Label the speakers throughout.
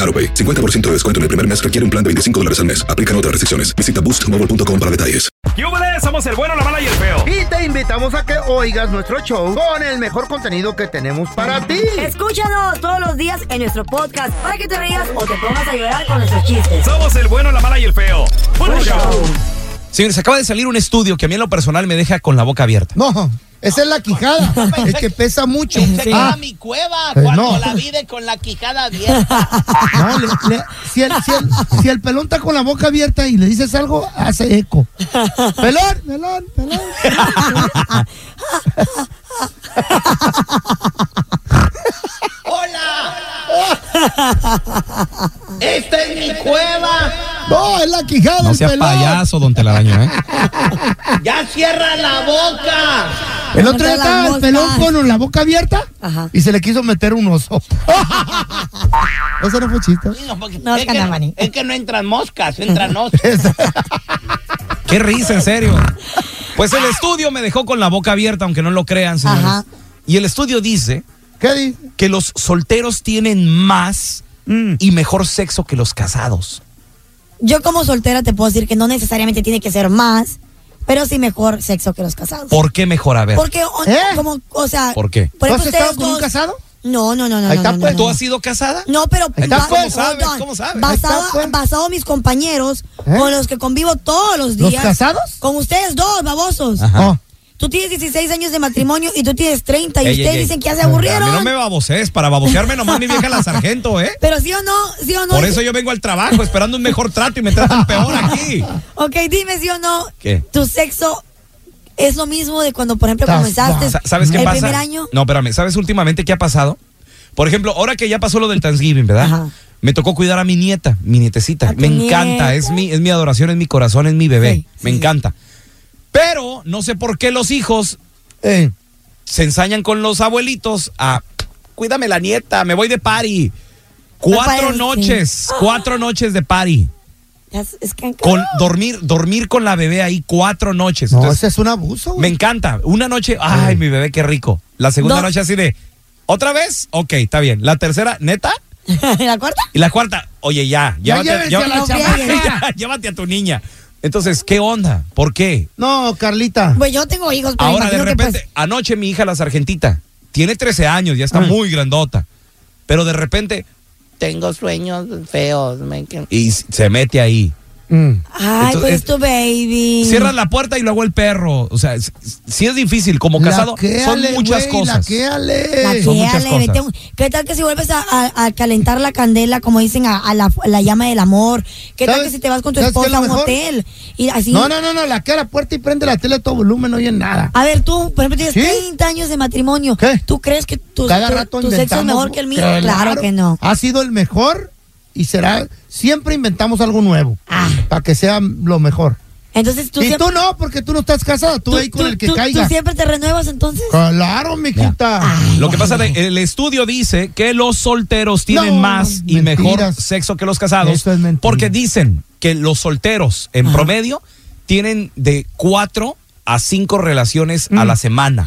Speaker 1: AroPay. 50% de descuento en el primer mes requiere un plan de 25 dólares al mes. Aplican otras restricciones. Visita boostmobile.com para detalles.
Speaker 2: ¡Yúbales! Somos el bueno, la mala y el feo.
Speaker 3: Y te invitamos a que oigas nuestro show con el mejor contenido que tenemos para ti.
Speaker 4: Escúchanos todos los días en nuestro podcast para que te rías o te pongas a llorar con nuestros chistes.
Speaker 2: Somos el bueno, la mala y el feo. ¡Puro show!
Speaker 5: Señores, acaba de salir un estudio que a mí en lo personal me deja con la boca abierta.
Speaker 3: No, esa es la quijada. es que pesa mucho.
Speaker 6: Pensé que era
Speaker 3: Ah,
Speaker 6: mi cueva
Speaker 3: Eh,
Speaker 6: cuando
Speaker 3: no.
Speaker 6: la vi de con la quijada abierta.
Speaker 3: no, le- le- si, el, si el- si el pelón está con la boca abierta y le dices algo, hace eco. Pelón, pelón, pelón.
Speaker 6: ¡Hola! ¡Esta es mi cueva!
Speaker 3: No, es la quijada,
Speaker 5: No
Speaker 3: el
Speaker 5: seas
Speaker 3: pelón.
Speaker 5: payaso, don Telaraño, ¿eh?
Speaker 6: ¡Ya cierra la boca!
Speaker 3: El otro día
Speaker 4: Las
Speaker 3: estaba el
Speaker 4: moscas.
Speaker 3: pelón con la boca abierta
Speaker 4: Ajá.
Speaker 3: y se le quiso meter un oso. Eso no fue chiste.
Speaker 6: No, porque
Speaker 4: No,
Speaker 6: es, que,
Speaker 4: Canamani.
Speaker 6: es que no entran moscas, entran osos.
Speaker 5: Qué risa, en serio. Pues el estudio me dejó con la boca abierta, aunque no lo crean, señores.
Speaker 4: Ajá.
Speaker 5: Y el estudio dice
Speaker 3: ¿Qué dice?
Speaker 5: que los solteros tienen más
Speaker 3: Mm.
Speaker 5: y mejor sexo que los casados.
Speaker 4: Yo como soltera te puedo decir que no necesariamente tiene que ser más, pero sí mejor sexo que los casados.
Speaker 5: ¿Por qué mejor? A ver.
Speaker 4: Porque, o,
Speaker 3: ¿Eh?
Speaker 4: como, o sea...
Speaker 5: ¿Por qué?
Speaker 4: por
Speaker 3: ¿Tú has
Speaker 4: ejemplo,
Speaker 3: estado
Speaker 4: ustedes
Speaker 3: con un
Speaker 4: dos-
Speaker 3: casado?
Speaker 4: No, no, no, no.
Speaker 3: Ahí
Speaker 4: no,
Speaker 3: está,
Speaker 4: no,
Speaker 3: pues.
Speaker 4: no,
Speaker 5: ¿Tú
Speaker 4: no.
Speaker 5: has sido casada?
Speaker 4: No, pero
Speaker 5: Entonces,
Speaker 4: ba-
Speaker 5: ¿cómo sabes?
Speaker 4: hold on.
Speaker 5: ¿Cómo sabes?
Speaker 3: Ahí
Speaker 4: Basado,
Speaker 3: está, pues.
Speaker 4: basado mis compañeros
Speaker 3: ¿Eh?
Speaker 4: con los que convivo todos los
Speaker 3: ¿Los
Speaker 4: días.
Speaker 3: casados?
Speaker 4: Con ustedes dos, babosos.
Speaker 5: Ajá.
Speaker 3: Oh.
Speaker 4: Tú tienes 16 años de matrimonio y tú tienes 30 y
Speaker 5: Ey,
Speaker 4: ustedes
Speaker 5: ey, ey.
Speaker 4: dicen que ya se
Speaker 5: A
Speaker 4: aburrieron.
Speaker 5: mí no me babosees, para babosearme nomás mi vieja la sargento, ¿eh?
Speaker 4: Pero sí o no, sí o no.
Speaker 5: Por eso yo vengo al trabajo esperando un mejor trato y me tratan peor aquí.
Speaker 4: Ok, dime sí o no.
Speaker 5: ¿Qué?
Speaker 4: Tu sexo es lo mismo de cuando, por ejemplo,
Speaker 3: Tas-
Speaker 4: comenzaste
Speaker 5: Sa- ¿Sabes qué
Speaker 4: el
Speaker 5: pasa?
Speaker 4: primer año.
Speaker 5: No, espérame, ¿sabes últimamente qué ha pasado? Por ejemplo, ahora que ya pasó lo del Thanksgiving, ¿verdad?
Speaker 4: Ajá.
Speaker 5: Me tocó cuidar a mi nieta, mi nietecita.
Speaker 4: A tu
Speaker 5: Me encanta,
Speaker 4: nieta.
Speaker 5: es mi, es mi adoración, es mi corazón, es mi bebé.
Speaker 4: Sí,
Speaker 5: Me
Speaker 4: sí.
Speaker 5: encanta. Pero no sé por qué los hijos
Speaker 3: Eh,
Speaker 5: se ensañan con los abuelitos a cuídame la nieta, me voy de party. Cuatro
Speaker 4: parece.
Speaker 5: noches, cuatro noches de party.
Speaker 4: Es, es que-
Speaker 5: Con dormir, dormir con la bebé ahí cuatro noches.
Speaker 3: no,
Speaker 5: Entonces,
Speaker 3: ese es un abuso,
Speaker 5: me
Speaker 3: güey.
Speaker 5: encanta. Una noche, ay, mi bebé, qué rico. La segunda
Speaker 4: No.
Speaker 5: noche así de, ¿otra vez? Ok, está bien. La tercera, ¿neta?
Speaker 4: ¿La cuarta?
Speaker 5: Y la cuarta, oye, ya,
Speaker 3: Ya
Speaker 5: llévate,
Speaker 3: llévense a
Speaker 5: lleva-
Speaker 3: la
Speaker 4: no
Speaker 3: chamaca.
Speaker 4: friegues.
Speaker 5: Ya, llévate a tu niña. Entonces, ¿qué onda? ¿Por qué?
Speaker 3: No, Carlita.
Speaker 4: Pues yo tengo hijos, pero
Speaker 5: Ahora, de
Speaker 4: imagino que, pues,
Speaker 5: repente, anoche mi hija, la sargentita, tiene 13 años, ya está muy grandota. Pero de repente,
Speaker 6: Tengo sueños feos. me que-
Speaker 5: y s- se mete ahí.
Speaker 3: Mm.
Speaker 4: pues, Ay,
Speaker 5: Entonces,
Speaker 4: pues tu baby.
Speaker 5: Cierras la puerta y luego el perro. O sea, s- s- sí es difícil. Como casado, son
Speaker 3: Laquéale,
Speaker 5: muchas
Speaker 3: güey,
Speaker 5: cosas.
Speaker 3: laquéale.
Speaker 4: La
Speaker 5: Son muchas
Speaker 4: que, vete
Speaker 5: cosas.
Speaker 4: un- ¿Qué tal que si vuelves a, a- a calentar la candela, como dicen, a, a la, la llama del amor? ¿Qué tal
Speaker 3: ¿Sabes?
Speaker 4: que si te vas con tu
Speaker 3: ¿Sabes qué es
Speaker 4: esposa a
Speaker 3: lo
Speaker 4: un
Speaker 3: mejor?
Speaker 4: hotel? Y así.
Speaker 3: No, no, no, no, laquea la puerta y prende la tele a todo volumen, no oye nada.
Speaker 4: A ver, tú, por ejemplo, tienes
Speaker 3: ¿Sí?
Speaker 4: 30 años de matrimonio.
Speaker 3: ¿Qué?
Speaker 4: ¿Tú crees que tu,
Speaker 3: Cada
Speaker 4: tu-
Speaker 3: rato
Speaker 4: tu sexo es
Speaker 3: inventamos,
Speaker 4: mejor que el mío? Claro, que no.
Speaker 3: Ha sido el mejor y será, siempre inventamos algo nuevo
Speaker 4: Ah.
Speaker 3: para que sea lo mejor.
Speaker 4: Entonces tú
Speaker 3: y
Speaker 4: siempre.
Speaker 3: tú no, porque tú no estás casada, tú, ahí con el que
Speaker 4: tú-
Speaker 3: caiga.
Speaker 4: ¿Tú siempre Ah. te renuevas entonces?
Speaker 3: Claro, mijita.
Speaker 5: Lo que pasa es que el estudio dice que los solteros tienen
Speaker 3: No,
Speaker 5: más y
Speaker 3: mentiras.
Speaker 5: mejor sexo que los casados.
Speaker 3: Eso es mentira.
Speaker 5: porque dicen que los solteros, en
Speaker 4: Ajá.
Speaker 5: promedio, tienen de cuatro a cinco relaciones a la
Speaker 3: Mm.
Speaker 5: semana.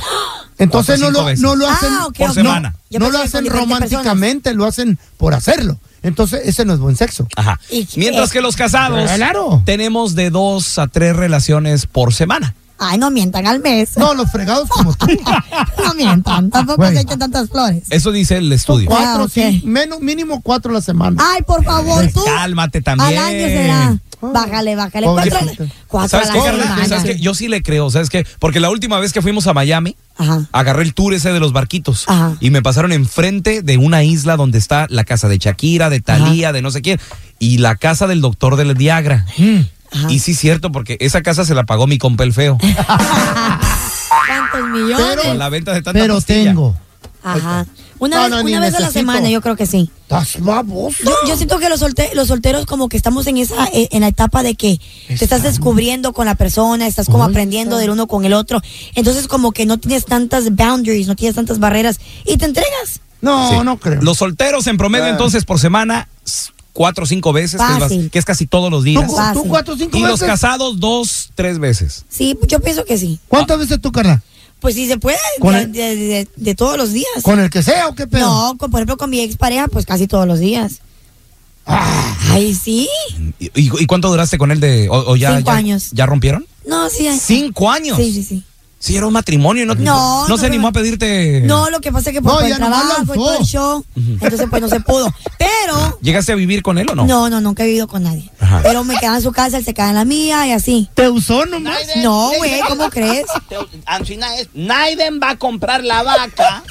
Speaker 3: Entonces
Speaker 5: Cuatro,
Speaker 3: no
Speaker 5: cinco
Speaker 3: lo,
Speaker 5: veces.
Speaker 3: no lo
Speaker 4: Ah,
Speaker 3: hacen
Speaker 4: ok,
Speaker 5: Por ok. semana.
Speaker 4: Yo
Speaker 3: No, no
Speaker 4: pensé que con
Speaker 3: lo hacen
Speaker 4: diferentes
Speaker 3: románticamente, lo hacen por hacerlo. Entonces ese no es buen sexo.
Speaker 5: Ajá.
Speaker 4: ¿Y qué?
Speaker 5: Mientras que los casados
Speaker 3: Claro.
Speaker 5: tenemos de dos a tres relaciones por semana.
Speaker 4: Ay, no mientan al mes.
Speaker 3: No, los fregados como
Speaker 4: Ah,
Speaker 3: tú.
Speaker 4: No mientan. Tampoco
Speaker 3: Güey.
Speaker 4: se echan tantas flores.
Speaker 5: Eso dice el estudio.
Speaker 3: Cuatro,
Speaker 4: Ah, ok. Ah.
Speaker 3: sí, menos, mínimo cuatro a la semana.
Speaker 4: Ay, por favor, tú.
Speaker 5: Cálmate
Speaker 4: Uh,
Speaker 5: también.
Speaker 4: Al año será. Bájale, bájale.
Speaker 3: Pobrecito.
Speaker 4: Cuatro, cuatro a
Speaker 5: ¿Sabes
Speaker 4: la
Speaker 5: qué, Carla?
Speaker 4: semana.
Speaker 5: ¿Sabes qué? Yo sí le creo, ¿sabes qué? Porque la última vez que fuimos a Miami,
Speaker 4: Ajá.
Speaker 5: agarré el tour ese de los barquitos
Speaker 4: Ajá.
Speaker 5: y me pasaron enfrente de una isla donde está la casa de Shakira, de Thalía, de no sé quién, y la casa del doctor del Viagra.
Speaker 4: Hmm. Ajá.
Speaker 5: Y sí, cierto, porque esa casa se la pagó mi compa el feo.
Speaker 4: ¿Cuántos millones?
Speaker 5: con la venta de tanta
Speaker 3: Pero
Speaker 5: pastilla.
Speaker 3: tengo.
Speaker 4: Ajá. Una,
Speaker 3: No,
Speaker 4: vez,
Speaker 3: no, ni
Speaker 4: una vez a la
Speaker 3: necesito.
Speaker 4: semana, yo creo que sí.
Speaker 3: ¿Estás baboso?
Speaker 4: Yo, yo siento que los, solte- los solteros como que estamos en esa eh, en la etapa de que te estás descubriendo con la persona, estás como aprendiendo del uno con el otro. Entonces como que no tienes tantas boundaries, no tienes tantas barreras y te entregas.
Speaker 3: No,
Speaker 5: Sí.
Speaker 3: no creo.
Speaker 5: Los solteros en promedio, entonces, por semana, s- cuatro o cinco veces, que es, bas-
Speaker 4: Fácil.
Speaker 5: que es casi todos los
Speaker 3: ¿Tú,
Speaker 5: días.
Speaker 3: tú
Speaker 4: Fácil.
Speaker 3: cuatro o cinco
Speaker 5: Y
Speaker 3: veces?
Speaker 5: los casados, dos, tres veces.
Speaker 4: Sí, yo pienso que sí.
Speaker 3: ¿Cuántas veces tú, Carla?
Speaker 4: Pues sí se puede,
Speaker 3: Con
Speaker 4: de,
Speaker 3: el-
Speaker 4: de- de- de todos los días.
Speaker 3: ¿Con el que sea o qué pedo?
Speaker 4: No, con- por ejemplo con mi expareja, pues casi todos los días.
Speaker 3: Ah.
Speaker 4: Ay, sí.
Speaker 5: ¿Y, y- y cuánto duraste con él de.? O, o ya,
Speaker 4: Cinco
Speaker 5: ya-
Speaker 4: años.
Speaker 5: ¿Ya rompieron?
Speaker 4: No, sí. ay.
Speaker 5: ¿Cinco años?
Speaker 4: Sí, sí, sí.
Speaker 5: Sí, era un matrimonio. No,
Speaker 4: No,
Speaker 5: no se
Speaker 4: no,
Speaker 5: animó
Speaker 4: no.
Speaker 5: a pedirte.
Speaker 4: No, lo que pasa es que por,
Speaker 3: No,
Speaker 4: por
Speaker 3: ya
Speaker 4: el
Speaker 3: nomás
Speaker 4: trabajo y
Speaker 3: lanzó.
Speaker 4: todo el show, entonces pues no se pudo. Pero
Speaker 5: ¿Llegaste a vivir con él o no?
Speaker 4: No, no, nunca he vivido con nadie.
Speaker 5: Ajá.
Speaker 4: Pero me quedaba en su casa, él se quedaba en la mía y así.
Speaker 3: ¿Te usó nomás?
Speaker 6: Naiden,
Speaker 4: No,
Speaker 6: Naiden,
Speaker 4: güey, ¿cómo crees?
Speaker 6: te- Ah, Ancina es, Naiden va a comprar la vaca.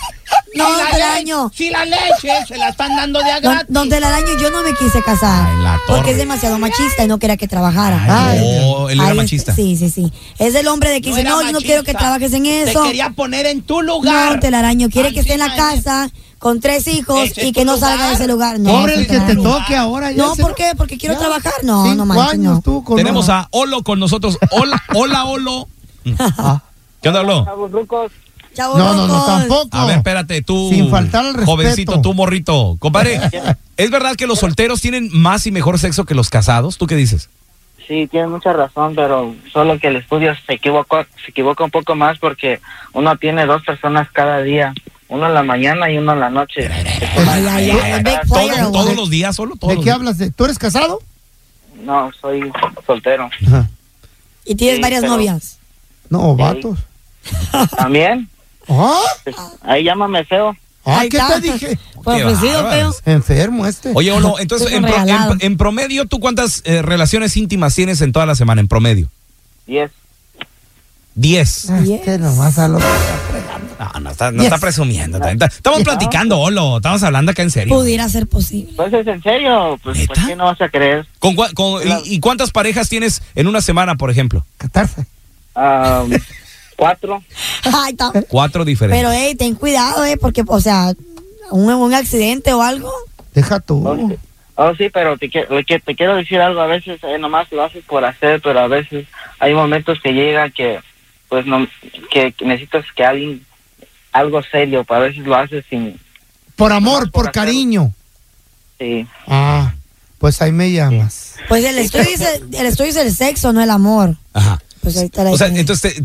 Speaker 4: No,
Speaker 6: Y la
Speaker 4: Telaraño.
Speaker 6: leche- Si la leche se la están dando de a
Speaker 4: Don,
Speaker 6: gratis.
Speaker 4: don Telaraño, yo no me quise casar.
Speaker 5: Ay, la torre.
Speaker 4: porque es demasiado machista y no quería que trabajara.
Speaker 5: Ay, no, él era
Speaker 4: Ahí es-
Speaker 5: machista.
Speaker 4: Sí, sí, sí. Es el hombre de que dice,
Speaker 6: era
Speaker 4: no, yo no
Speaker 6: machista.
Speaker 4: quiero que trabajes en eso.
Speaker 6: Te quería poner en tu lugar.
Speaker 4: No, Telaraño, quiere que esté en la
Speaker 6: Ancina es-
Speaker 4: casa con tres hijos
Speaker 6: Ese Este es
Speaker 4: y que
Speaker 6: tu
Speaker 4: no salga de
Speaker 6: lugar.
Speaker 4: ese lugar. No,
Speaker 3: Pobre el que te
Speaker 4: Telaraño.
Speaker 3: toque ahora. ya
Speaker 4: No,
Speaker 3: se-
Speaker 4: ¿por qué? Porque quiero
Speaker 3: Ya.
Speaker 4: trabajar. No,
Speaker 3: Cinco
Speaker 4: no manches,
Speaker 3: años
Speaker 4: no.
Speaker 3: tú con
Speaker 5: Tenemos
Speaker 3: una-
Speaker 5: a Olo con nosotros. Hola, hola, Olo.
Speaker 3: Ah.
Speaker 5: ¿Qué onda, Olo?
Speaker 4: Chavo
Speaker 3: No, no, no,
Speaker 4: Rocos.
Speaker 3: tampoco.
Speaker 5: A ver, espérate, tú.
Speaker 3: Sin faltar al respeto.
Speaker 5: Jovencito, tú morrito. Compadre, ¿es verdad que los solteros tienen más y mejor sexo que los casados? ¿Tú qué dices?
Speaker 7: Sí, tienen mucha razón, pero solo que el estudio se equivoca, se equivoca un poco más porque uno tiene dos personas cada día, uno en la mañana y uno en la noche.
Speaker 4: Ay, ay, ay, big player,
Speaker 5: ¿Todos,
Speaker 4: güey.
Speaker 5: todos los días, solo todos
Speaker 3: ¿De
Speaker 5: los
Speaker 3: Pues, qué
Speaker 5: días?
Speaker 3: hablas? De... ¿Tú eres casado?
Speaker 7: No, soy soltero.
Speaker 4: Y tienes
Speaker 7: Sí,
Speaker 4: varias
Speaker 7: pero-
Speaker 4: novias.
Speaker 3: No, vatos.
Speaker 7: ¿También?
Speaker 3: ¿Ah?
Speaker 7: Pues, ahí llámame feo.
Speaker 3: ¿Ah,
Speaker 4: Ahí
Speaker 3: ¿Qué
Speaker 4: está.
Speaker 3: te dije?
Speaker 4: Por
Speaker 5: Qué
Speaker 4: ofrecido,
Speaker 5: bárbaros.
Speaker 4: feo.
Speaker 3: Enfermo este.
Speaker 5: Oye, Olo, entonces,
Speaker 4: Estoy
Speaker 5: en, pro- en-
Speaker 4: regalado.
Speaker 5: en promedio, ¿tú cuántas eh, relaciones íntimas tienes en toda la semana, en promedio?
Speaker 7: Diez.
Speaker 5: Diez.
Speaker 3: Ah,
Speaker 4: Yes.
Speaker 3: que nomás a los...
Speaker 5: No, no está, no
Speaker 3: Diez.
Speaker 5: está presumiendo. está- está- Estamos platicando, Olo. Estamos hablando acá en serio.
Speaker 4: pudiera ser posible.
Speaker 7: Pues es en serio, pues ¿por
Speaker 5: ¿Neta?
Speaker 7: qué no vas a creer?
Speaker 5: ¿Con cua- con- y- y, cuántas parejas tienes en una semana, por ejemplo?
Speaker 3: Catarse.
Speaker 7: Ah, cuatro.
Speaker 4: Ay, ta-
Speaker 5: Cuatro diferentes.
Speaker 4: Pero, hey, ten cuidado, eh, porque, o sea, un, un accidente o algo.
Speaker 3: Deja tú.
Speaker 7: Oh, sí. Oh, sí, pero te, quie- lo que te quiero decir algo, a veces eh, nomás lo haces por hacer, pero a veces hay momentos que llega que pues no que que necesitas que alguien algo serio, pero a veces lo haces sin
Speaker 3: Por amor, por
Speaker 7: hacer-
Speaker 3: cariño.
Speaker 7: sí.
Speaker 3: Ah, pues ahí me llamas.
Speaker 4: Pues el estudio dice, el estudio dice el sexo, no el amor.
Speaker 5: Ajá.
Speaker 4: Pues ahí está la
Speaker 5: O sea,
Speaker 4: diferencia.
Speaker 5: entonces, te-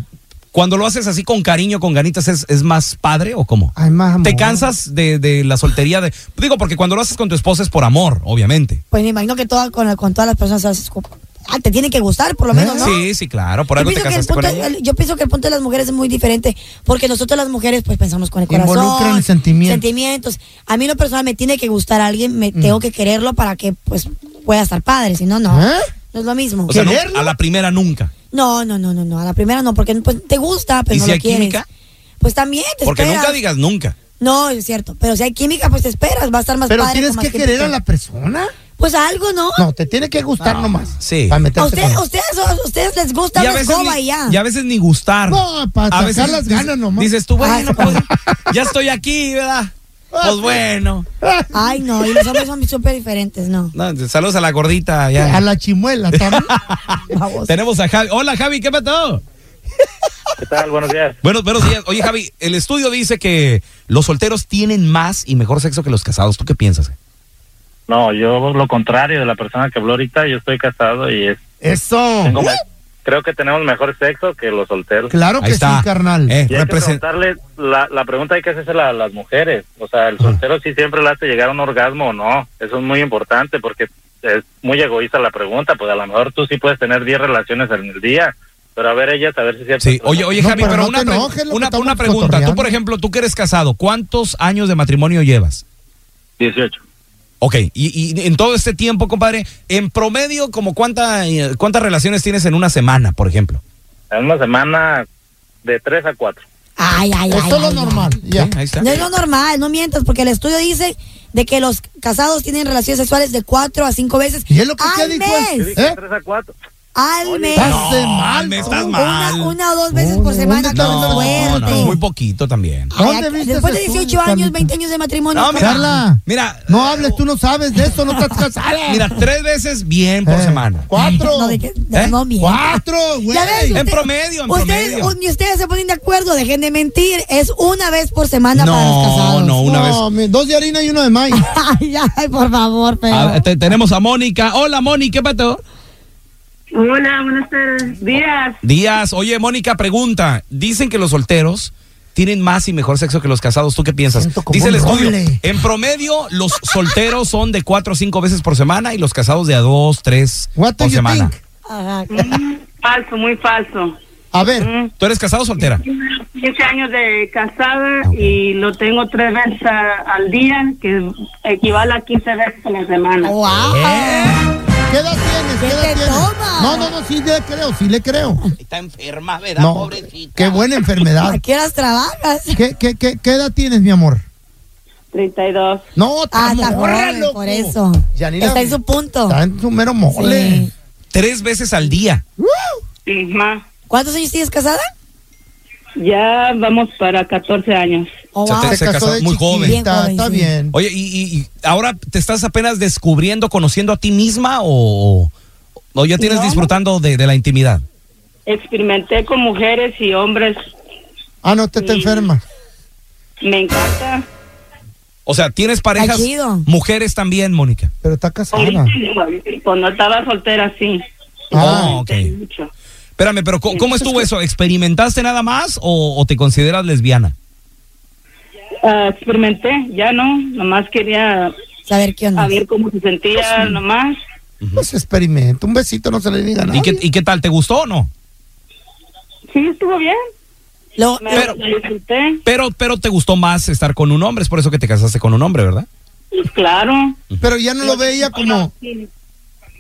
Speaker 5: cuando lo haces así con cariño, con ganitas, ¿es, es más padre o cómo?
Speaker 3: Ay, más amor.
Speaker 5: ¿Te cansas de, de la soltería? de Digo, porque cuando lo haces con tu esposa es por amor, obviamente.
Speaker 4: Pues me imagino que toda, con, con todas las personas se hace- Ah, te tiene que gustar, por lo menos, ¿no?
Speaker 5: ¿Eh? Sí, sí, claro. Por
Speaker 4: Yo
Speaker 5: algo te
Speaker 4: pienso, que el
Speaker 5: casaste con
Speaker 4: punto,
Speaker 5: ella.
Speaker 4: el- yo pienso que el punto de las mujeres es muy diferente, porque nosotros las mujeres pues pensamos con el corazón.
Speaker 3: Involucran sentimientos.
Speaker 4: sentimientos. A mí en lo personal me tiene que gustar a alguien, me tengo que quererlo para que pues pueda estar padre, si no, no.
Speaker 3: ¿Eh?
Speaker 4: No es lo mismo.
Speaker 5: O sea, no-
Speaker 3: ¿Quererlo?
Speaker 5: a la primera nunca.
Speaker 4: No, no, no, no, no. A la primera no, porque pues, te gusta, pero
Speaker 5: ¿Y
Speaker 4: no
Speaker 5: si
Speaker 4: lo
Speaker 5: hay
Speaker 4: quieres.
Speaker 5: química?
Speaker 4: Pues también te
Speaker 5: Porque
Speaker 4: esperas.
Speaker 5: nunca digas nunca.
Speaker 4: No, es cierto. Pero si hay química, pues te esperas. Va a estar más
Speaker 3: Pero
Speaker 4: padre.
Speaker 3: tienes
Speaker 4: con más
Speaker 3: que querer a
Speaker 4: química.
Speaker 3: la persona.
Speaker 4: Pues algo, ¿no?
Speaker 3: No, te tiene que gustar nomás.
Speaker 5: sí.
Speaker 3: Para
Speaker 4: A
Speaker 3: meterte
Speaker 4: usted-
Speaker 3: con-
Speaker 4: a ustedes, a ustedes les gusta
Speaker 5: y, a
Speaker 4: una
Speaker 5: veces
Speaker 4: escoba
Speaker 5: ni,
Speaker 4: y ya.
Speaker 5: y a veces ni gustar.
Speaker 3: No, para
Speaker 5: a
Speaker 3: sacar
Speaker 5: veces
Speaker 3: las
Speaker 5: dices-
Speaker 3: ganas nomás.
Speaker 5: Dices tú,
Speaker 4: Ah,
Speaker 5: bueno,
Speaker 4: se
Speaker 5: pues,
Speaker 4: pasa.
Speaker 5: ya estoy aquí, ¿verdad? Pues bueno.
Speaker 4: Ay, no, y los hombres son súper diferentes, no.
Speaker 5: No, saludos a la gordita.
Speaker 3: A
Speaker 5: Ya.
Speaker 3: la chimuela también.
Speaker 4: Vamos.
Speaker 5: Tenemos a Javi. Hola, Javi, ¿qué pasó?
Speaker 7: ¿Qué tal? Buenos días.
Speaker 5: Bueno, pero sí, oye, Javi, el estudio dice que los solteros tienen más y mejor sexo que los casados. ¿Tú qué piensas?
Speaker 7: No, yo lo contrario de la persona que habló ahorita, yo estoy casado y es-
Speaker 3: Eso.
Speaker 7: tengo me- creo que tenemos mejor sexo que los solteros.
Speaker 3: Claro
Speaker 5: Ahí
Speaker 3: que
Speaker 5: está.
Speaker 3: sí, carnal.
Speaker 7: Y
Speaker 5: Eh,
Speaker 7: hay que
Speaker 5: represent-
Speaker 7: preguntarle, la, la pregunta hay que hacerse a las mujeres. O sea,
Speaker 5: Ah.
Speaker 7: el soltero sí siempre le hace llegar a un orgasmo o no. Eso es muy importante porque es muy egoísta la pregunta. Pues a lo mejor tú sí puedes tener 10 relaciones en el día, pero a ver ellas, a ver si siempre...
Speaker 5: Sí, oye, oye,
Speaker 3: No,
Speaker 5: Javi,
Speaker 3: pero
Speaker 5: pero,
Speaker 3: no
Speaker 5: una,
Speaker 3: te
Speaker 5: pre-
Speaker 3: enojes, lo que
Speaker 5: una,
Speaker 3: estamos
Speaker 5: una pregunta. Tú,
Speaker 3: cotorreando.
Speaker 5: por ejemplo, tú que eres casado, ¿cuántos años de matrimonio llevas?
Speaker 7: 18.
Speaker 5: Ok, y, y en todo este tiempo, compadre, en promedio, como cuánta, eh, ¿cuántas relaciones tienes en una semana, por ejemplo?
Speaker 7: En una semana de 3 a 4.
Speaker 4: Ay, ay, ay.
Speaker 3: Esto es lo
Speaker 4: ay, no.
Speaker 3: normal. Ya.
Speaker 5: Sí, ahí está.
Speaker 4: No es lo normal, no mientas, porque el estudio dice de que los casados tienen relaciones sexuales de cuatro a cinco veces
Speaker 3: Y es lo que te ha
Speaker 4: al
Speaker 3: dicho
Speaker 7: Yo
Speaker 3: el-
Speaker 4: mes.
Speaker 7: dije
Speaker 3: ¿Eh?
Speaker 7: 3 a 4.
Speaker 4: Al mes.
Speaker 3: Estás de mal.
Speaker 5: me
Speaker 3: tú.
Speaker 5: estás mal.
Speaker 4: Una, una o dos veces por
Speaker 3: No,
Speaker 4: semana
Speaker 3: no,
Speaker 4: con
Speaker 5: No, no,
Speaker 4: suerte.
Speaker 5: es muy poquito también.
Speaker 4: Ay,
Speaker 3: ¿Dónde
Speaker 4: ac-
Speaker 3: viste
Speaker 4: Después de
Speaker 3: ese
Speaker 4: 18
Speaker 3: estudio,
Speaker 4: años,
Speaker 3: Carlita?
Speaker 4: 20 años de matrimonio.
Speaker 5: No,
Speaker 4: ¿cómo?
Speaker 3: Carla.
Speaker 5: Mira,
Speaker 3: No hables, tú no sabes de eso, no estás casada.
Speaker 5: mira, tres veces bien por
Speaker 3: Eh,
Speaker 5: semana.
Speaker 3: Cuatro.
Speaker 4: No, de que- de-
Speaker 5: ¿Eh?
Speaker 4: no mientas.
Speaker 3: Cuatro, güey.
Speaker 4: Ya ves,
Speaker 5: En
Speaker 4: usted-
Speaker 5: promedio, en
Speaker 4: ustedes,
Speaker 5: promedio.
Speaker 4: un- Ni ustedes se ponen de acuerdo, dejen de mentir. Es una vez por semana para los
Speaker 5: No,
Speaker 4: casados.
Speaker 5: no, una vez.
Speaker 3: No, mi- dos de harina y uno de maíz.
Speaker 4: Ay, ay, por favor, pero.
Speaker 5: A ver, Ah, te- tenemos a Mónica. Hola, Mónica, ¿qué pasó?
Speaker 8: Hola, buenas tardes. Días.
Speaker 5: Díaz, oye, Mónica, pregunta. Dicen que los solteros tienen más y mejor sexo que los casados. ¿Tú qué piensas?
Speaker 3: Siento como
Speaker 5: Dice el
Speaker 3: un
Speaker 5: estudio.
Speaker 3: roble.
Speaker 5: En promedio, los solteros son de cuatro o cinco veces por semana y los casados de a dos, tres
Speaker 3: What do
Speaker 5: por
Speaker 3: you
Speaker 5: semana.
Speaker 3: think?
Speaker 4: Ajá.
Speaker 8: Mm, falso, muy falso.
Speaker 3: A ver,
Speaker 8: Mm,
Speaker 5: ¿Tú eres casado o soltera?
Speaker 8: 15 años de casada
Speaker 5: Ah,
Speaker 8: y lo tengo tres veces a- al día, que equivale a 15 veces a la semana.
Speaker 3: Oh.
Speaker 4: Wow. Ah,
Speaker 3: ¿qué edad tienes?
Speaker 4: ¿Qué
Speaker 3: ¿Qué edad
Speaker 4: te
Speaker 3: tienes?
Speaker 4: toma?
Speaker 3: No, no, no, sí le creo, sí le creo.
Speaker 6: Está enferma, ¿verdad,
Speaker 3: No,
Speaker 6: pobrecita?
Speaker 3: qué buena enfermedad.
Speaker 4: ¿A qué horas trabajas?
Speaker 3: ¿Qué, qué, qué, qué edad tienes, mi amor?
Speaker 8: 32.
Speaker 3: No,
Speaker 4: Ah,
Speaker 3: está
Speaker 4: está
Speaker 3: morra,
Speaker 4: joven,
Speaker 3: loco.
Speaker 4: por eso.
Speaker 3: Yanira,
Speaker 4: Está en su punto.
Speaker 3: Está en su mero mole.
Speaker 4: Sí.
Speaker 5: Tres veces al día.
Speaker 8: Ajá.
Speaker 4: ¿Cuántos años tienes casada?
Speaker 8: Ya vamos para 14 años.
Speaker 4: Oh,
Speaker 5: Se
Speaker 4: wow.
Speaker 5: te- se- casó muy joven.
Speaker 4: Bien
Speaker 3: chiquita,
Speaker 4: joven,
Speaker 3: Está
Speaker 4: sí.
Speaker 3: bien.
Speaker 5: Oye, y, y- y ahora te estás apenas descubriendo, conociendo a ti misma o, o ya tienes
Speaker 8: No.
Speaker 5: disfrutando de, de la intimidad?
Speaker 8: Experimenté con mujeres y hombres.
Speaker 3: Ah, no, te, te
Speaker 8: Sí.
Speaker 3: enferma.
Speaker 8: Me encanta.
Speaker 5: O sea, tienes parejas,
Speaker 4: chido.
Speaker 5: mujeres también, Mónica.
Speaker 3: Pero está casada.
Speaker 8: Cuando estaba soltera, sí.
Speaker 3: Ah,
Speaker 5: Oh, ok.
Speaker 8: Mucho.
Speaker 5: Espérame, pero ¿cómo, cómo estuvo eso? ¿Experimentaste nada más o, o te consideras lesbiana?
Speaker 8: Ah, experimenté, ya no. Nomás quería
Speaker 4: Saber qué onda.
Speaker 8: a ver cómo se sentía, nomás.
Speaker 3: pues experimento. Un besito no se le diga nada.
Speaker 5: ¿Y qué, y qué tal? ¿Te gustó o no?
Speaker 8: Sí, estuvo bien.
Speaker 4: Lo-
Speaker 8: Me
Speaker 5: Pero-
Speaker 8: lo disfruté.
Speaker 5: Pero, pero te gustó más estar con un hombre, es por eso que te casaste con un hombre, ¿verdad?
Speaker 8: Pues claro.
Speaker 3: Pero ya no lo ve ella como.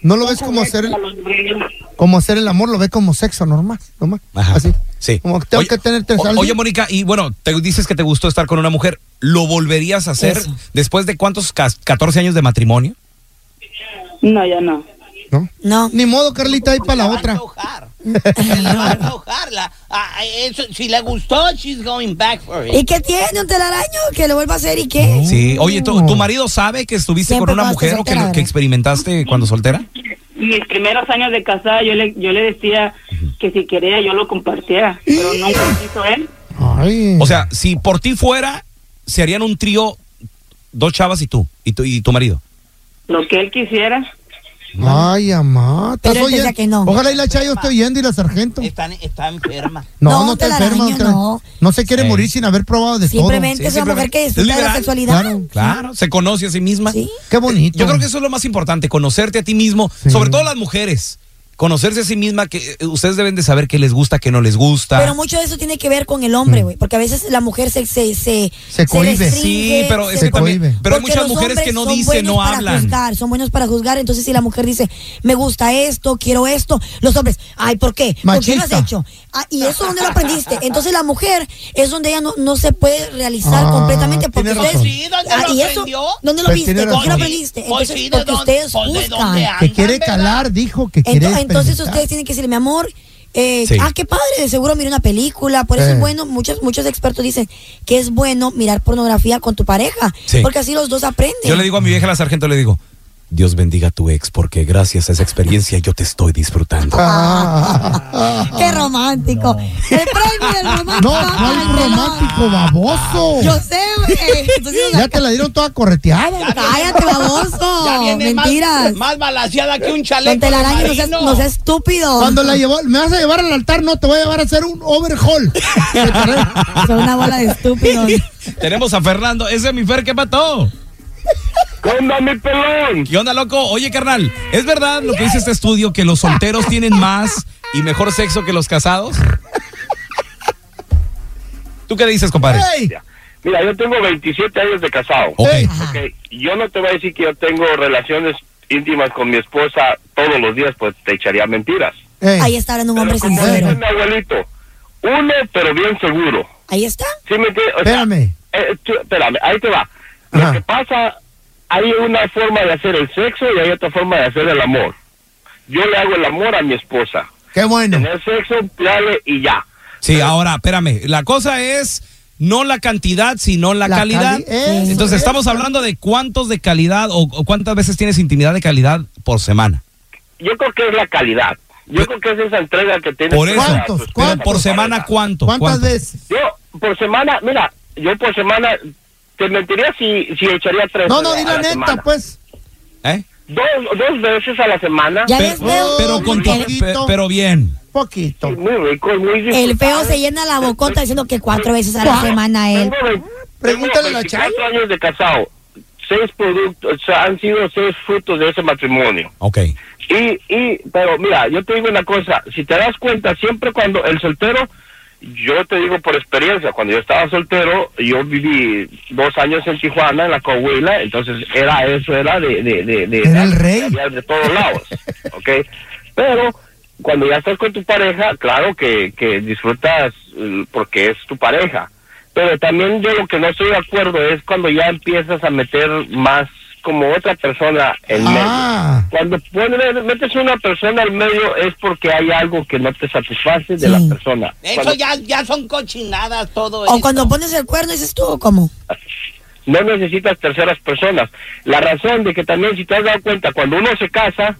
Speaker 3: No lo ves como hacer,
Speaker 8: A los brillos.
Speaker 3: como hacer el amor, lo ve como sexo normal. Nomás. Así.
Speaker 5: Ah, Sí.
Speaker 3: Como que tengo que tener tres
Speaker 5: o-
Speaker 3: al
Speaker 5: Oye,
Speaker 3: día.
Speaker 5: Mónica, y bueno, te dices que te gustó estar con una mujer. ¿Lo volverías a hacer
Speaker 4: Eso.
Speaker 5: después de cuántos cas- 14 años de matrimonio?
Speaker 8: No, ya no.
Speaker 3: ¿no?
Speaker 4: No.
Speaker 3: Ni modo, Carlita, ahí para la
Speaker 6: va a
Speaker 3: otra.
Speaker 6: antojar. Se la va a antojar, la- ah, eso, si le gustó, she's going back for it.
Speaker 4: ¿Y qué tiene un telaraño? Que lo vuelva a hacer y qué.
Speaker 5: Sí.
Speaker 3: Oh.
Speaker 5: Oye, ¿tu, tu marido sabe que estuviste
Speaker 4: Siempre
Speaker 5: con una
Speaker 4: cuando
Speaker 5: mujer o que,
Speaker 4: soltera,
Speaker 5: lo- que
Speaker 4: ¿verdad?
Speaker 5: experimentaste cuando soltera?
Speaker 8: Mis primeros años de casada yo le, yo le decía que si quería yo lo compartiera, pero nunca quiso él.
Speaker 3: Ay.
Speaker 5: O sea, si por ti fuera, se harían un trío, dos chavas y tú, y tu, y tu marido.
Speaker 8: Lo que él quisiera.
Speaker 3: Ay, amá. ¿Estás
Speaker 4: Pero él decía
Speaker 3: oyendo?
Speaker 4: que no.
Speaker 3: Ojalá y la Chayo esté oyendo y la sargento.
Speaker 6: Está, está enferma.
Speaker 3: No, no,
Speaker 4: No,
Speaker 3: está
Speaker 4: telaraño,
Speaker 3: enferma. No.
Speaker 4: no.
Speaker 3: no se quiere
Speaker 5: Sí.
Speaker 3: morir sin haber probado de
Speaker 4: Simplemente
Speaker 5: Sí,
Speaker 4: es una mujer
Speaker 5: simplemente.
Speaker 4: que
Speaker 5: Es
Speaker 4: disfruta de la
Speaker 5: liberal.
Speaker 4: sexualidad.
Speaker 3: Claro.
Speaker 5: Claro, se conoce a sí misma.
Speaker 4: Sí.
Speaker 3: todo. Qué bonito.
Speaker 5: Yo creo que eso es lo más importante, conocerte a ti mismo,
Speaker 3: Sí.
Speaker 5: sobre todo las mujeres. Conocerse a sí misma, que eh, ustedes deben de saber qué les gusta, qué no les gusta.
Speaker 4: Pero mucho de eso tiene que ver con el hombre,
Speaker 5: Mm.
Speaker 4: güey. Porque a veces la mujer se. Se, se,
Speaker 3: Se cohíbe.
Speaker 4: restringe,
Speaker 5: sí, pero es
Speaker 3: se
Speaker 5: que también-
Speaker 3: cohíbe.
Speaker 5: pero hay
Speaker 4: Porque
Speaker 5: muchas
Speaker 4: los
Speaker 5: mujeres que
Speaker 4: hombres
Speaker 5: no
Speaker 4: son
Speaker 5: dicen, no
Speaker 4: buenos para
Speaker 5: hablan.
Speaker 4: juzgar, son buenos para juzgar. Entonces, si la mujer dice, me gusta esto, quiero esto, los hombres, ay, ¿por qué? ¿Por qué lo has
Speaker 3: Machista.
Speaker 4: hecho? Ah, ¿Y eso dónde lo aprendiste? Entonces, la mujer es donde ella no, no se puede realizar
Speaker 3: Ah,
Speaker 4: completamente. Porque
Speaker 3: tiene
Speaker 4: ustedes, Ah,
Speaker 6: Pues
Speaker 3: razón.
Speaker 6: Sí, ¿dónde lo
Speaker 4: ¿y eso?
Speaker 6: aprendió?
Speaker 4: ¿Dónde lo
Speaker 3: Pues
Speaker 4: viste?
Speaker 3: tiene
Speaker 4: ¿Con quién lo
Speaker 3: razón.
Speaker 6: Pues
Speaker 4: aprendiste? Entonces,
Speaker 6: sí, ¿de
Speaker 4: porque
Speaker 6: dónde-
Speaker 4: ustedes
Speaker 6: pues de
Speaker 4: buscan.
Speaker 6: dónde
Speaker 3: Que quiere
Speaker 6: ¿verdad?
Speaker 3: calar, dijo que quiere
Speaker 4: Entonces, entonces
Speaker 3: experimentar.
Speaker 4: ustedes tienen que decirle, mi amor, Eh,
Speaker 5: Sí.
Speaker 4: Ah, qué padre, de seguro mira una película. Por eso
Speaker 5: Eh.
Speaker 4: es bueno, muchos, muchos expertos dicen que es bueno mirar pornografía con tu pareja.
Speaker 5: Sí.
Speaker 4: Porque así los dos aprenden.
Speaker 5: Yo le digo a mi vieja la sargento, le digo, Dios bendiga a tu ex porque gracias a esa experiencia yo te estoy disfrutando.
Speaker 4: Qué romántico. El premio del romántico.
Speaker 3: Ah. No, ¿cuál romántico baboso?
Speaker 4: Yo sé, güey. Entonces,
Speaker 3: Ya te la dieron toda correteada.
Speaker 4: Cállate,
Speaker 6: Ya
Speaker 4: baboso.
Speaker 6: viene más-
Speaker 4: Mentiras.
Speaker 6: Más balaseada que un chaleco.
Speaker 4: Con telaraña, no seas,
Speaker 6: marino.
Speaker 4: no seas estúpido.
Speaker 3: Cuando la llevó, me vas a llevar al altar, no, te voy a llevar a hacer un overhaul.
Speaker 4: Son una bola de estúpidos.
Speaker 5: Tenemos a Fernando, ese es mi Fer, ¿qué mató?
Speaker 9: ¿Qué onda, mi pelón?
Speaker 5: ¿Qué onda, loco? Oye, carnal, ¿es verdad lo que dice este estudio que los solteros tienen más y mejor sexo que los casados? ¿Tú qué dices, compadre?
Speaker 9: Mira, yo tengo 27 años de casado.
Speaker 5: Ok.
Speaker 9: Ok,
Speaker 4: Ah.
Speaker 9: Yo no te voy a decir que yo tengo relaciones íntimas con mi esposa todos los días, pues te echaría mentiras.
Speaker 4: Ahí está hablando un hombre sincero.
Speaker 9: Mi abuelito, uno, pero bien seguro.
Speaker 4: Ahí está.
Speaker 9: ¿Sí me entiendes? O sea,
Speaker 3: Espérame.
Speaker 9: eh, tú- espérame, ahí te va. Lo que pasa, hay una forma de hacer el sexo y hay otra forma de hacer el amor. Yo le hago el amor a mi esposa.
Speaker 3: Qué bueno.
Speaker 9: Tener sexo, plale y ya.
Speaker 5: Sí, ahora, espérame. La cosa es no la cantidad, sino la,
Speaker 3: La
Speaker 5: calidad.
Speaker 3: cali- eso,
Speaker 5: Entonces, estamos
Speaker 3: eso.
Speaker 5: hablando de cuántos de calidad o, o cuántas veces tienes intimidad de calidad por semana.
Speaker 9: Yo creo que es la calidad. Yo creo que es esa entrega que tienes.
Speaker 5: Por eso.
Speaker 9: a tu
Speaker 3: ¿Cuántos?
Speaker 9: esposa,
Speaker 5: Pero
Speaker 9: a tu
Speaker 5: por semana,
Speaker 9: pareja.
Speaker 5: ¿cuánto?
Speaker 3: ¿Cuántas
Speaker 5: ¿Cuánto?
Speaker 3: veces?
Speaker 9: Yo, por semana, mira, yo por semana, te mentiría si, si echaría tres.
Speaker 3: No, no,
Speaker 9: a
Speaker 3: di
Speaker 9: la
Speaker 3: la neta,
Speaker 9: semana.
Speaker 3: pues.
Speaker 5: ¿Eh?
Speaker 9: Dos, dos veces a la semana.
Speaker 4: Ya
Speaker 5: Pe-
Speaker 4: ves, feo.
Speaker 5: pero, con tu-
Speaker 4: el,
Speaker 5: pe- pero bien.
Speaker 3: Poquito.
Speaker 9: Es Muy rico, es muy
Speaker 4: el
Speaker 9: disfrutable.
Speaker 4: feo se llena la bocota diciendo que cuatro veces a la semana él.
Speaker 9: Tengo vein-
Speaker 3: Pregúntale a la
Speaker 9: tengo 24
Speaker 3: Chayo.
Speaker 9: años de casado. Seis productos, o sea, han sido seis frutos de ese matrimonio.
Speaker 5: Ok.
Speaker 9: Y, y, pero mira, yo te digo una cosa, si te das cuenta, siempre cuando el soltero, yo te digo por experiencia, cuando yo estaba soltero, yo viví dos años en Tijuana, en la Coahuila, entonces era eso, era de... de, de, de-
Speaker 3: Era el rey.
Speaker 9: había De todos lados, ¿ok? Pero cuando ya estás con tu pareja, claro que, que disfrutas eh, porque es tu pareja. Pero también yo lo que no estoy de acuerdo es cuando ya empiezas a meter más como otra persona en medio
Speaker 3: Ah,
Speaker 9: cuando pones, metes una persona al medio es porque hay algo que no te satisface
Speaker 4: Sí.
Speaker 9: de la persona.
Speaker 6: Eso
Speaker 9: Cuando-
Speaker 6: ya, ya son cochinadas todo
Speaker 4: O
Speaker 6: eso.
Speaker 4: cuando pones el cuerno dices tú, ¿cómo?
Speaker 9: No necesitas terceras personas. La razón de que también, si te has dado cuenta, cuando uno se casa,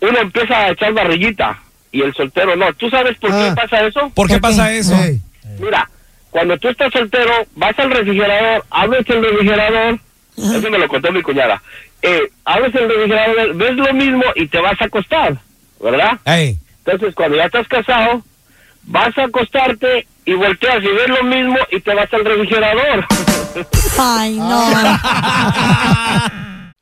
Speaker 9: uno empieza a echar barriguita y el soltero no. ¿Tú sabes por
Speaker 3: Ah.
Speaker 9: qué pasa eso?
Speaker 5: ¿Por qué
Speaker 4: ¿Por qué?
Speaker 5: pasa eso?
Speaker 3: ey.
Speaker 9: Mira, cuando tú estás soltero, vas al refrigerador, abres el refrigerador, eso me lo contó mi cuñada, eh, abres el refrigerador, ves lo mismo y te vas a acostar, ¿verdad?
Speaker 5: Ey,
Speaker 9: Entonces, cuando ya estás casado, vas a acostarte y volteas y ves lo mismo y te vas al refrigerador.
Speaker 4: Ay, no.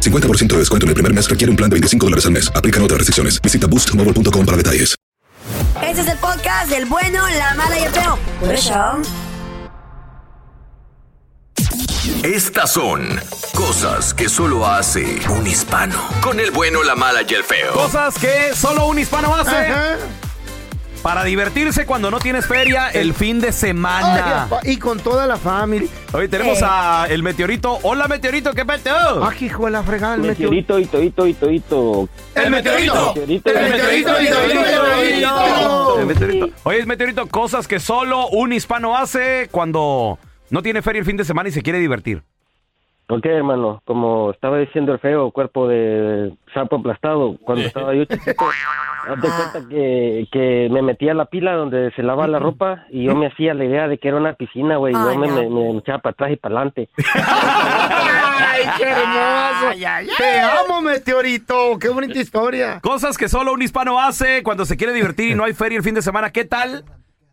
Speaker 1: 50% de descuento en el primer mes requiere un plan de 25 dólares al mes. Aplican otras restricciones. Visita boostmobile.com para detalles.
Speaker 4: Este es el podcast del bueno, la mala y el feo. Por eso.
Speaker 10: Estas son cosas que solo hace un hispano. Con el bueno, la mala y el feo.
Speaker 2: Cosas que solo un hispano hace.
Speaker 3: Ajá.
Speaker 5: Para divertirse cuando no tienes feria el fin de semana.
Speaker 3: Ay, pa- y con toda la familia.
Speaker 5: Hoy tenemos
Speaker 3: Eh.
Speaker 5: a el meteorito. Hola, meteorito, ¿qué peteo?
Speaker 2: Pues,
Speaker 3: Ah, hijo de la fregada, el meteorito.
Speaker 11: Meteorito, hito, hito, hito, hito.
Speaker 5: El meteorito.
Speaker 11: Meteorito.
Speaker 5: El meteorito. Oye, meteorito, cosas que solo un hispano hace cuando no tiene feria el fin de semana y se quiere divertir.
Speaker 11: Ok, hermano, como estaba diciendo el feo, cuerpo de sapo aplastado, cuando estaba yo chiquito, haz de cuenta que, que me metía a la pila donde se lava la ropa y yo me hacía la idea de que era una piscina, güey, y
Speaker 12: Ah,
Speaker 11: yo me,
Speaker 12: ya.
Speaker 11: me, me echaba para atrás y para adelante.
Speaker 3: Ay, qué hermoso. Te amo, meteorito. Qué bonita historia.
Speaker 5: Cosas que solo un hispano hace cuando se quiere divertir y no hay feria el fin de semana. ¿Qué tal?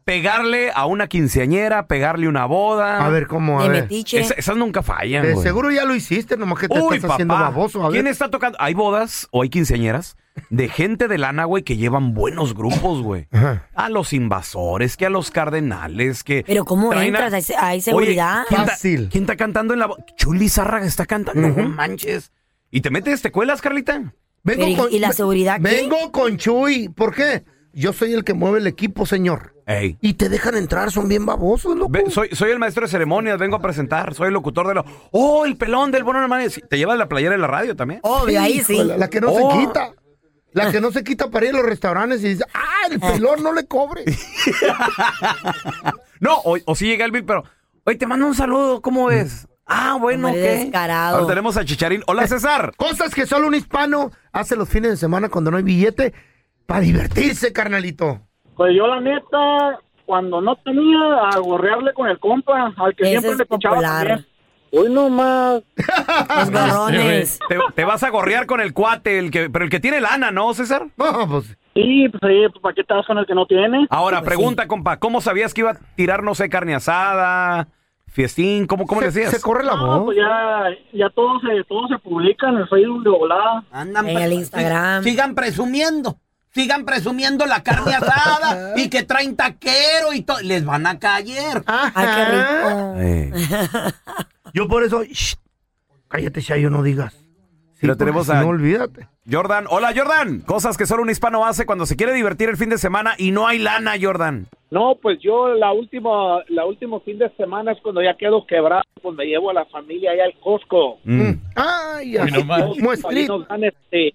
Speaker 5: Pegarle a una quinceañera, pegarle una boda.
Speaker 3: A ver, ¿cómo? A De ver. metiche.
Speaker 5: Esa- esas nunca fallan.
Speaker 3: De
Speaker 5: güey.
Speaker 3: seguro ya lo hiciste, nomás que te
Speaker 5: Uy,
Speaker 3: estás haciendo
Speaker 5: papá.
Speaker 3: baboso. A ver.
Speaker 5: ¿Quién está tocando? Hay bodas o hay quinceañeras de gente de lana, güey, que llevan buenos grupos, güey. A los invasores, que a los cardenales, que.
Speaker 4: Pero ¿cómo
Speaker 5: traen a-
Speaker 4: entras? ¿Hay se- hay
Speaker 5: Oye,
Speaker 4: seguridad?
Speaker 5: ¿quién está-
Speaker 4: Fácil.
Speaker 5: ¿Quién está cantando en la bo- Chuli Zárraga está cantando. No manches. ¿Y te metes, te cuelas, Carlita?
Speaker 3: Vengo con- ve-
Speaker 5: qué?
Speaker 3: Vengo con Chuy. ¿Por qué? Yo soy el que mueve el equipo, señor.
Speaker 5: Ey.
Speaker 3: Y te dejan entrar, son bien babosos, loco.
Speaker 5: Ve- soy, soy el maestro de ceremonias, vengo a presentar, soy el locutor de la... ¡Oh, el pelón del bono hermano! Sí, Te llevas la playera de la radio también.
Speaker 3: Obvio, ahí sí. Híjole, la que no se
Speaker 5: Oh.
Speaker 3: quita. La que no se quita para ir a los restaurantes y dice, ¡ah, el pelón no le cobre!
Speaker 5: No, o, o sí llega el Bill, pero... Oye, te mando un saludo, ¿cómo ves? Ah, bueno,
Speaker 3: Mm. Hombre
Speaker 5: ¿qué?
Speaker 3: descarado.
Speaker 5: Ahora tenemos a Chicharín. Hola, César.
Speaker 3: Cosas que solo un hispano hace los fines de semana cuando no hay billete para divertirse, carnalito.
Speaker 9: Pues yo la neta, cuando no tenía, a gorrearle con el compa, al que
Speaker 5: Ese
Speaker 9: siempre
Speaker 5: es
Speaker 9: le pichaba
Speaker 5: popular.
Speaker 9: también. Hoy nomás.
Speaker 4: Los gorrones.
Speaker 5: Te, te vas a gorrear con el cuate, el que, pero el que tiene lana, ¿no, César?
Speaker 3: No, pues...
Speaker 9: Sí, pues sí, pues, ¿para qué estás con el que no tiene?
Speaker 5: Ahora,
Speaker 9: Pues,
Speaker 5: pregunta, compa, ¿cómo sabías que iba a tirar, no sé, carne asada, fiestín? ¿Cómo, cómo le decías?
Speaker 9: No, pues ya, ya todo se, todo se publica en el Facebook de volada.
Speaker 13: Andan En el pre- Instagram. sí, sigan presumiendo. Sigan presumiendo la carne asada y que traen taquero y todo. Les van a caer.
Speaker 3: Ah.
Speaker 5: Eh.
Speaker 3: Yo por eso, shh, cállate, Shayo, no digas. Sí,
Speaker 5: Lo tenemos
Speaker 3: porque si
Speaker 5: a-
Speaker 3: No olvídate.
Speaker 5: Jordan, hola Jordan. Cosas que solo un hispano hace cuando se quiere divertir el fin de semana y no hay lana, Jordan.
Speaker 9: No, pues yo la última, la último fin de semana es cuando ya quedo quebrado, pues me llevo a la familia allá al Costco.
Speaker 5: Mm.
Speaker 13: Mm.
Speaker 3: Ay, ya.
Speaker 9: Ahí nos- ahí nos dan, este,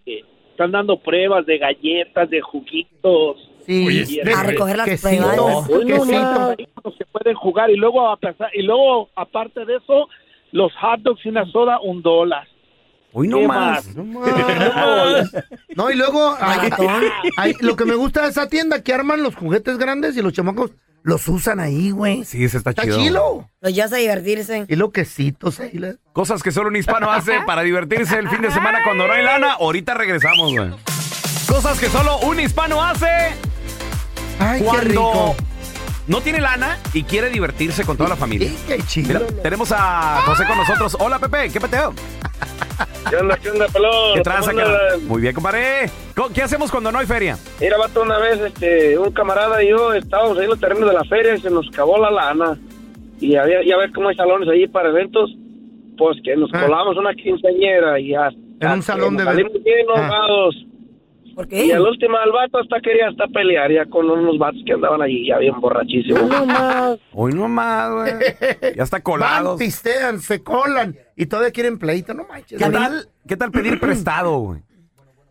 Speaker 9: están dando pruebas de galletas, de juguitos.
Speaker 3: Sí, Oye,
Speaker 9: Y,
Speaker 3: a
Speaker 9: este,
Speaker 3: recoger las quesito, pruebas.
Speaker 9: Hoy
Speaker 3: quesito.
Speaker 9: nomás se pueden jugar y luego a pesar- y luego aparte de eso, los hot dogs y una soda un dólar.
Speaker 5: Hoy
Speaker 3: no más,
Speaker 9: No
Speaker 3: No, y luego, ahí- ahí- lo que me gusta de esa tienda, que arman los juguetes grandes y los chamacos los usan ahí, güey.
Speaker 5: Sí, ese está,
Speaker 3: Está
Speaker 5: chido.
Speaker 3: chilo.
Speaker 4: Los llevas a divertirse.
Speaker 3: Y lo quesitos ahí. la-
Speaker 5: Cosas que solo un hispano hace para divertirse el fin de semana cuando no hay lana. Ahorita regresamos, güey. Cosas que solo un hispano hace
Speaker 3: Ay,
Speaker 5: cuando
Speaker 3: qué rico.
Speaker 5: no tiene lana y quiere divertirse con toda la familia.
Speaker 3: Sí, qué chido,
Speaker 5: Mira,
Speaker 3: loco.
Speaker 5: tenemos a José con nosotros. Hola, Pepe. ¿Qué peteo?
Speaker 14: ¿Qué onda, qué onda, pelón?
Speaker 5: ¿Qué tranza,
Speaker 14: ¿Cómo
Speaker 5: carnal?
Speaker 14: andas?
Speaker 5: Muy bien, compadre. Co- ¿Qué hacemos cuando no hay feria?
Speaker 14: Mira, vato, una vez este, un camarada y yo estábamos ahí en los terrenos de la feria y se nos acabó la lana. Y había, ya ves cómo hay salones ahí para eventos. Pues que nos colamos una quinceañera y ya.
Speaker 3: Ah. En un salón de
Speaker 14: Salimos
Speaker 3: eventos.
Speaker 14: bien
Speaker 3: Ah.
Speaker 14: enojados.
Speaker 4: ¿Por qué?
Speaker 14: Y al último, el vato hasta quería hasta pelear ya con unos vatos que andaban allí ya bien borrachísimos.
Speaker 5: Hoy nomás, güey. Ya está
Speaker 3: Van,
Speaker 5: colado.
Speaker 3: pistean, se colan y todavía quieren pleito, no manches.
Speaker 5: ¿Qué tal, ¿Qué tal pedir prestado, güey?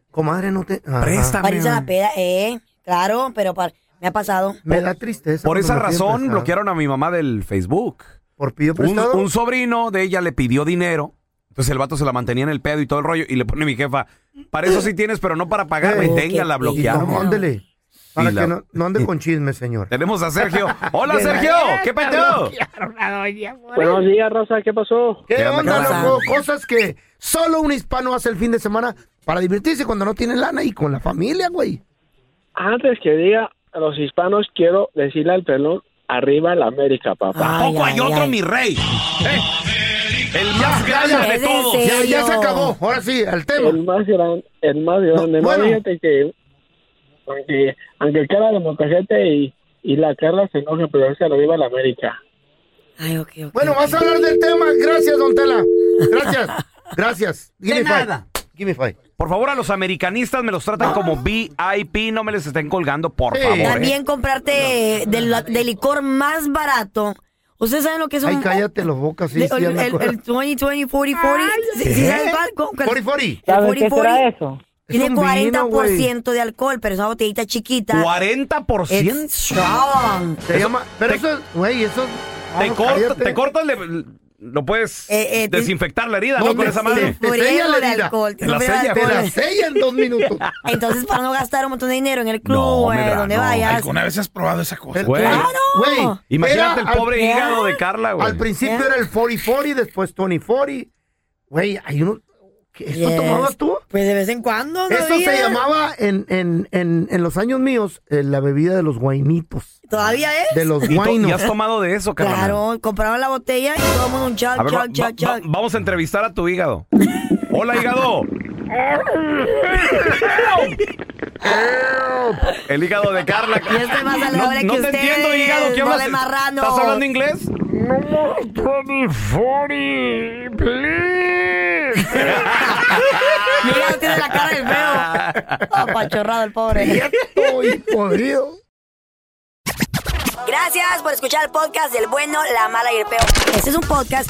Speaker 3: Comadre, no te. Ajá.
Speaker 4: Para irse a la peda, eh. Claro, pero para- me ha pasado.
Speaker 3: Me da tristeza.
Speaker 5: Por
Speaker 3: cuando
Speaker 5: esa
Speaker 3: me piden
Speaker 5: razón
Speaker 3: prestado.
Speaker 5: bloquearon a mi mamá del Facebook.
Speaker 3: ¿Por pidió
Speaker 5: un,
Speaker 3: prestado?
Speaker 5: un sobrino de ella le pidió dinero. Entonces el vato se la mantenía en el pedo y todo el rollo. Y le pone mi jefa, para eso sí tienes, pero no para pagarme.
Speaker 3: Eh,
Speaker 5: Tenga la
Speaker 3: qué
Speaker 5: bloqueada.
Speaker 3: pijo, ándele. Para
Speaker 5: Y la-
Speaker 3: que no, no ande con chismes, señor.
Speaker 5: Tenemos a Sergio. Hola,
Speaker 3: De la
Speaker 5: Sergio. ¿Qué
Speaker 3: neta,
Speaker 5: peteo?
Speaker 3: Buenos
Speaker 9: días, Rosa. ¿Qué pasó?
Speaker 3: ¿Qué,
Speaker 5: ¿Qué onda,
Speaker 3: onda,
Speaker 5: carnal?
Speaker 3: loco? Cosas que solo un hispano hace el fin de semana para divertirse cuando no tiene lana y con la familia, güey.
Speaker 9: Antes que diga a los hispanos, quiero decirle al pelón, arriba la América, papá.
Speaker 5: Tampoco hay otro, mi rey. Eh, El más grande de todos.
Speaker 3: Ya, ya se acabó. Ahora sí, al tema.
Speaker 9: El más grande, el más grande. No,
Speaker 3: bueno.
Speaker 9: fíjate que, aunque, aunque cara de mocajete y, y la Carla se enoja, pero se arriba la América.
Speaker 4: Ay, ok, ok.
Speaker 3: Bueno, vas a hablar del tema. Gracias, don Tela. Gracias. Gracias.
Speaker 13: De
Speaker 3: five.
Speaker 13: nada.
Speaker 3: Give me five.
Speaker 2: Por favor, a los americanistas me los tratan como VIP, no me les estén colgando, por
Speaker 4: Sí.
Speaker 2: favor. ¿eh?
Speaker 4: También comprarte del, del licor más barato. ¿Ustedes saben lo que es un...
Speaker 3: Ay, cállate los bocas, sí,
Speaker 4: de-
Speaker 3: sí,
Speaker 4: el,
Speaker 3: ya me
Speaker 4: el,
Speaker 3: acuerdo. ¿Eh?
Speaker 4: el 20, 20, 40, 40. ¿Sí, sí
Speaker 3: ¿Qué?
Speaker 4: sabes cuál? ¿Cómo- cuál?
Speaker 3: 40, 40.
Speaker 4: El
Speaker 3: ¿Sabes
Speaker 4: 40,
Speaker 3: qué será
Speaker 4: 40.
Speaker 3: eso?
Speaker 4: Tiene
Speaker 3: Es un vino,
Speaker 4: 40%
Speaker 3: güey.
Speaker 4: de alcohol, pero es una botellita chiquita.
Speaker 2: ¿40%?
Speaker 4: It's strong.
Speaker 3: Se llama- pero eso, es- güey, eso.
Speaker 2: Te,
Speaker 3: vamos,
Speaker 2: corta-
Speaker 3: cállate.
Speaker 2: te cortas, le- lo puedes
Speaker 3: Eh, eh, te-
Speaker 2: desinfectar la herida, ¿no?
Speaker 3: No,
Speaker 2: Con
Speaker 3: te-
Speaker 2: esa madre.
Speaker 3: te- te
Speaker 4: Muriendo
Speaker 3: sella la
Speaker 4: de
Speaker 3: herida.
Speaker 4: alcohol,
Speaker 2: Te la
Speaker 4: muriendo de
Speaker 2: sella.
Speaker 4: alcohol.
Speaker 2: Te la
Speaker 3: sella en dos minutos.
Speaker 4: Entonces, para no gastar un montón de dinero en el club,
Speaker 2: No,
Speaker 4: eh,
Speaker 2: Medrano.
Speaker 4: donde vayas.
Speaker 2: ¿Alguna vez has probado esa cosa?
Speaker 3: Güey, güey,
Speaker 2: Imagínate
Speaker 3: era
Speaker 2: el pobre
Speaker 3: al-
Speaker 2: hígado de Carla, güey.
Speaker 3: Al principio era el 40-40, después 20-40. Güey, hay uno. ¿qué- ¿Esto
Speaker 4: Yes.
Speaker 3: tomabas tú?
Speaker 4: Pues de vez en cuando. ¿no
Speaker 3: Esto se
Speaker 4: había?
Speaker 3: llamaba en, en, en, en los años míos eh, la bebida de los guainitos.
Speaker 4: ¿Todavía es?
Speaker 3: De los
Speaker 2: ¿Y tú-
Speaker 3: guainos.
Speaker 2: ¿Y has tomado de eso, Carla?
Speaker 4: Claro, compraban la botella y todo el mundo un
Speaker 2: A
Speaker 4: chal,
Speaker 2: ver, va-
Speaker 4: chal, chal,
Speaker 2: va- va-
Speaker 4: chal.
Speaker 2: vamos a entrevistar a tu hígado. Hola, hígado. El hígado de Carla.
Speaker 4: Yo estoy más
Speaker 2: no
Speaker 4: saludable
Speaker 2: no
Speaker 4: que
Speaker 2: te
Speaker 4: ustedes,
Speaker 2: entiendo, hígado. ¿Qué
Speaker 4: no
Speaker 2: hablas?
Speaker 4: de marrano.
Speaker 2: ¿Estás hablando inglés?
Speaker 4: No, Mira, tiene la cara del feo. Apachorrado el pobre. Gracias por escuchar el podcast del bueno, la mala y el peo. Este es un podcast